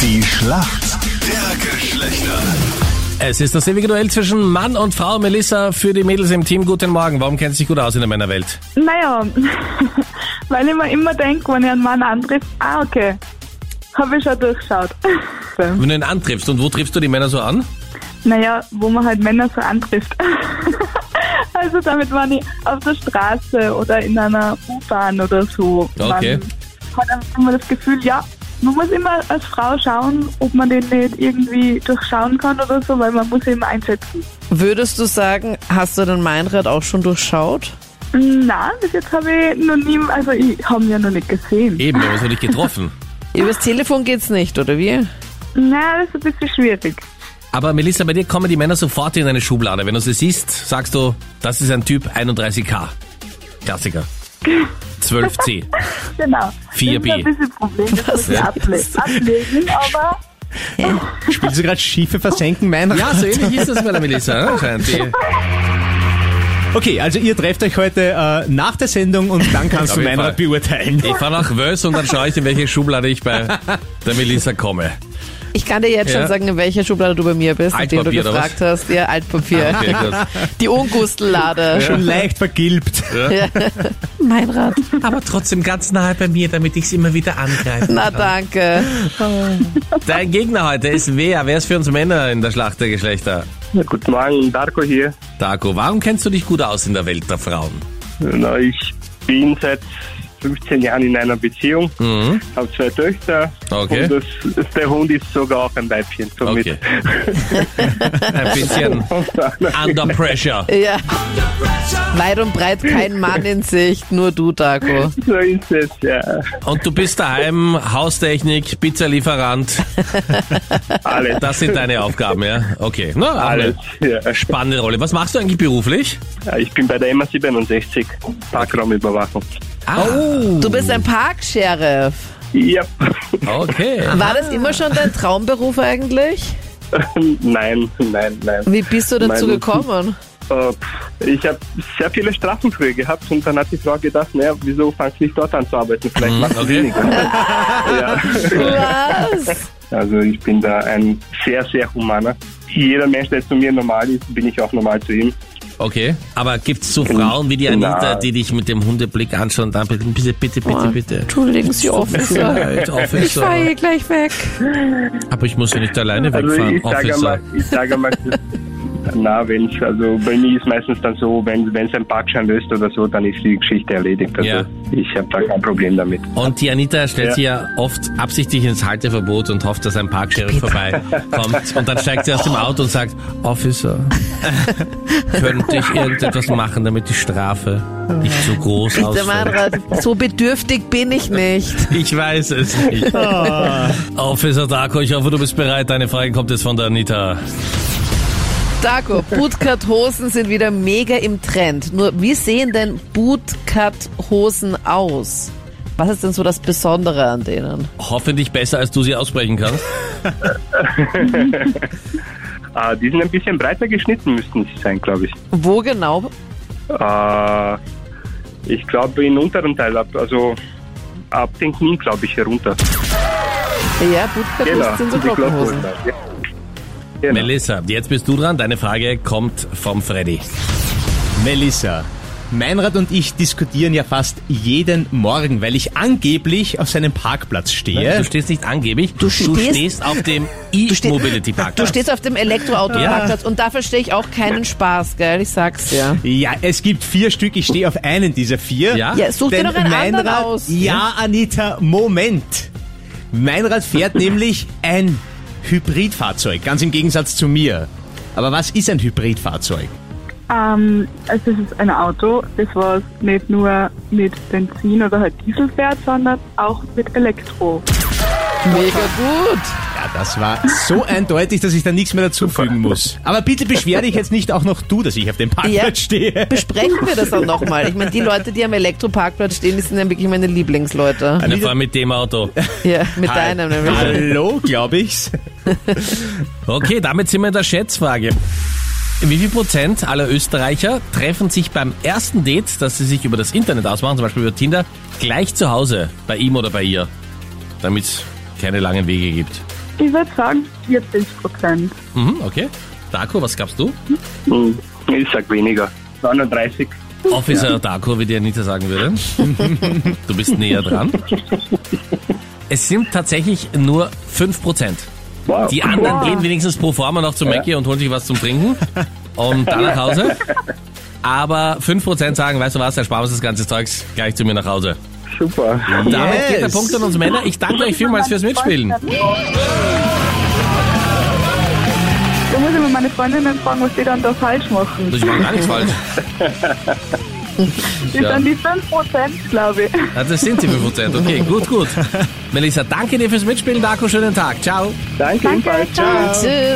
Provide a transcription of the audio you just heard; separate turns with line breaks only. Die Schlacht der Geschlechter.
Es ist das ewige Duell zwischen Mann und Frau. Melissa für die Mädels im Team. Guten Morgen. Warum kennt sich gut aus in der Männerwelt?
Naja, weil ich mir immer denke, wenn ich einen Mann antreffe, ah, okay, habe ich schon durchschaut.
Wenn du ihn antriffst, und wo triffst du die Männer so an?
naja, wo man halt Männer so antrifft. also damit man ich auf der Straße oder in einer U-Bahn oder so.
Okay.
Man hat einfach immer das Gefühl, ja, man muss immer als Frau schauen, ob man den nicht irgendwie durchschauen kann oder so, weil man muss ihn immer einschätzen.
Würdest du sagen, hast du den Meinrad auch schon durchschaut?
Na, bis jetzt habe ich noch nie, also ich habe ihn ja noch nicht gesehen.
Eben, wir haben uns noch nicht getroffen.
Übers Telefon geht's nicht, oder wie?
Na, das ist ein bisschen schwierig.
Aber Melissa, bei dir kommen die Männer sofort in eine Schublade. Wenn du sie siehst, sagst du, das ist ein Typ 31K. Klassiker. 12C.
Genau.
Vier
Das ist
B.
ein bisschen ein Problem, das muss ich able ablegen, aber
Willst du gerade Schiffe versenken, mein
Ja, so ähnlich ist das bei der Melissa. ne? Scheint die.
Okay, also ihr trefft euch heute äh, nach der Sendung und dann kannst
Auf
du
jeden
meinen Rat
Fall.
beurteilen.
Ich fahr nach Wös und dann schaue ich, in welche Schublade ich bei der Melissa komme.
Ich kann dir jetzt
Ja.
schon sagen, in welcher Schublade du bei mir bist, nachdem du
Altpapier oder Ah,
gefragt hast. Ja, Altpapier.
Okay, gut.
Die Ungustellade.
Schon leicht vergilbt.
Meinrad.
Aber trotzdem ganz nahe bei mir, damit ich es immer wieder angreife.
Na danke.
Dein Gegner heute ist wer? Wer ist für uns Männer in der Schlacht der Geschlechter?
Ja, guten Morgen, Darko hier.
Darko, warum kennst du dich gut aus in der Welt der Frauen?
Na, ich bin seit 15 Jahren in einer Beziehung, habe zwei Töchter
Mhm. Okay.
und das, der Hund ist sogar auch ein Weibchen. Somit.
Okay. Ein bisschen under pressure.
Ja. Weit und breit kein Mann in Sicht, nur du, Dago.
So ist es, ja.
Und du bist daheim, Haustechnik, Pizzalieferant.
Alles.
Das sind deine Aufgaben, ja? Okay. Na, auch
alles.
eine
Ja.
Spannende Rolle. Was machst du eigentlich beruflich?
Ja, Ich bin bei der MA67, Parkraumüberwachung.
Oh.
Du bist ein Parksheriff.
Ja.
Okay.
War das immer schon dein Traumberuf eigentlich?
nein, nein, nein.
Wie bist du dazu
Mein-
gekommen?
Äh, pff, Ich habe sehr viele Strafen früher gehabt und dann hat die Frau gedacht, naja, wieso fangst du nicht dort an zu arbeiten? Vielleicht machst du
Mhm, okay.
weniger. ja.
Was?
Also ich bin da ein sehr, sehr humaner. Jeder Mensch, der zu mir normal ist, bin ich auch normal zu ihm.
Okay. Aber gibt's so
Genau.
Frauen wie die Anita,
Na.
die dich mit dem Hundeblick anschauen und dann bitte, bitte, bitte, bitte, bitte.
Oh, Entschuldigen Sie, Officer.
Halt,
Ich
Officer.
fahre hier gleich weg.
Aber ich muss ja nicht alleine
Also
wegfahren,
ich sage
Officer.
einmal, ich sage einmal, na, wenn ich, also bei mir ist meistens dann so, wenn es ein Parkschein löst oder so, dann ist die Geschichte erledigt. Also
Ja.
ich habe da kein Problem damit.
Und die Anita stellt
Ja.
sie ja oft absichtlich ins Halteverbot und hofft, dass ein Parksheriff vorbeikommt. Und dann steigt sie aus dem Auto und sagt, Officer, könnte ich irgendetwas machen, damit die Strafe nicht so groß
Der
ausfällt?
Meinrad, so bedürftig bin ich nicht.
Ich weiß es nicht.
Ah.
Officer Darko, ich hoffe, du bist bereit. Deine Frage kommt jetzt von der Anita.
Dago, Bootcut-Hosen sind wieder mega im Trend. Nur, wie sehen denn Bootcut-Hosen aus? Was ist denn so das Besondere an denen?
Hoffentlich besser, als du sie aussprechen kannst.
Ah, die sind ein bisschen breiter geschnitten, müssten sie sein, glaube ich.
Wo genau?
Ah, ich glaube, im unteren Teil, ab, also ab den Knien, glaube ich, herunter. Genau,
Ja, Bootcut-Hosen sind so
die
Glockenhosen.
Ja. Genau.
Melissa, jetzt bist du dran. Deine Frage kommt vom Freddy.
Melissa, Meinrad und ich diskutieren ja fast jeden Morgen, weil ich angeblich auf seinem Parkplatz stehe.
Du stehst nicht angeblich, du
stehst-
auf dem
steh-
E-Mobility-Parkplatz.
Du stehst auf dem Elektroauto-Parkplatz und da verstehe ich auch keinen Spaß, gell? Ich sag's dir.
Ja, es gibt vier Stück, ich stehe auf einen dieser vier.
Ja?
Ja, such dir
Denn
doch einen anderen
Meinrad,
aus.
Ja, Anita, Moment. Meinrad fährt nämlich ein Hybridfahrzeug, ganz im Gegensatz zu mir. Aber was ist ein Hybridfahrzeug?
Ähm, also es ist ein Auto, das was nicht nur mit Benzin oder halt Diesel fährt, sondern auch mit Elektro.
Mega gut.
Ja, das war so eindeutig, dass ich da nichts mehr dazufügen muss. Aber bitte beschwer dich jetzt nicht auch noch du, dass ich auf dem Parkplatz
Ja.
stehe.
Besprechen wir das auch nochmal. Ich meine, die Leute, die am Elektroparkplatz stehen, die sind ja wirklich meine Lieblingsleute.
Na, vor allem mit dem Auto.
Ja, mit deinem nämlich.
Hallo, glaube ich's.
Okay, damit sind wir in der Schätzfrage. Wie viel Prozent aller Österreicher treffen sich beim ersten Date, das sie sich über das Internet ausmachen, zum Beispiel über Tinder, gleich zu Hause bei ihm oder bei ihr, damit es keine langen Wege gibt?
Ich würde sagen 40 Prozent.
Mhm, okay. Darko, was gabst du?
Hm, Ich sag weniger. 39.
Officer Darko, wie die Anita sagen würde. du bist näher dran. Es sind tatsächlich nur 5%.
Wow.
Die anderen gehen wenigstens pro forma noch zum Mäcki und holen sich was zum Trinken und dann nach Hause. Aber 5% sagen, weißt du was, dann sparen wir uns das ganze Zeugs gleich zu mir nach Hause.
Super.
Damit
Yes.
geht der Punkt an uns Männer. Ich danke euch vielmals fürs Mitspielen.
Da muss ich mal meine Freundinnen fragen, was die dann da falsch machen.
Ich mache gar nichts falsch.
Das sind dann die 5 Prozent, glaube ich.
Ja, Also das sind die 5%. Okay, gut, gut. Melissa, danke dir fürs Mitspielen. Darko, schönen Tag. Ciao.
Danke,
Danke,
ebenfalls.
ciao.
Tschüss.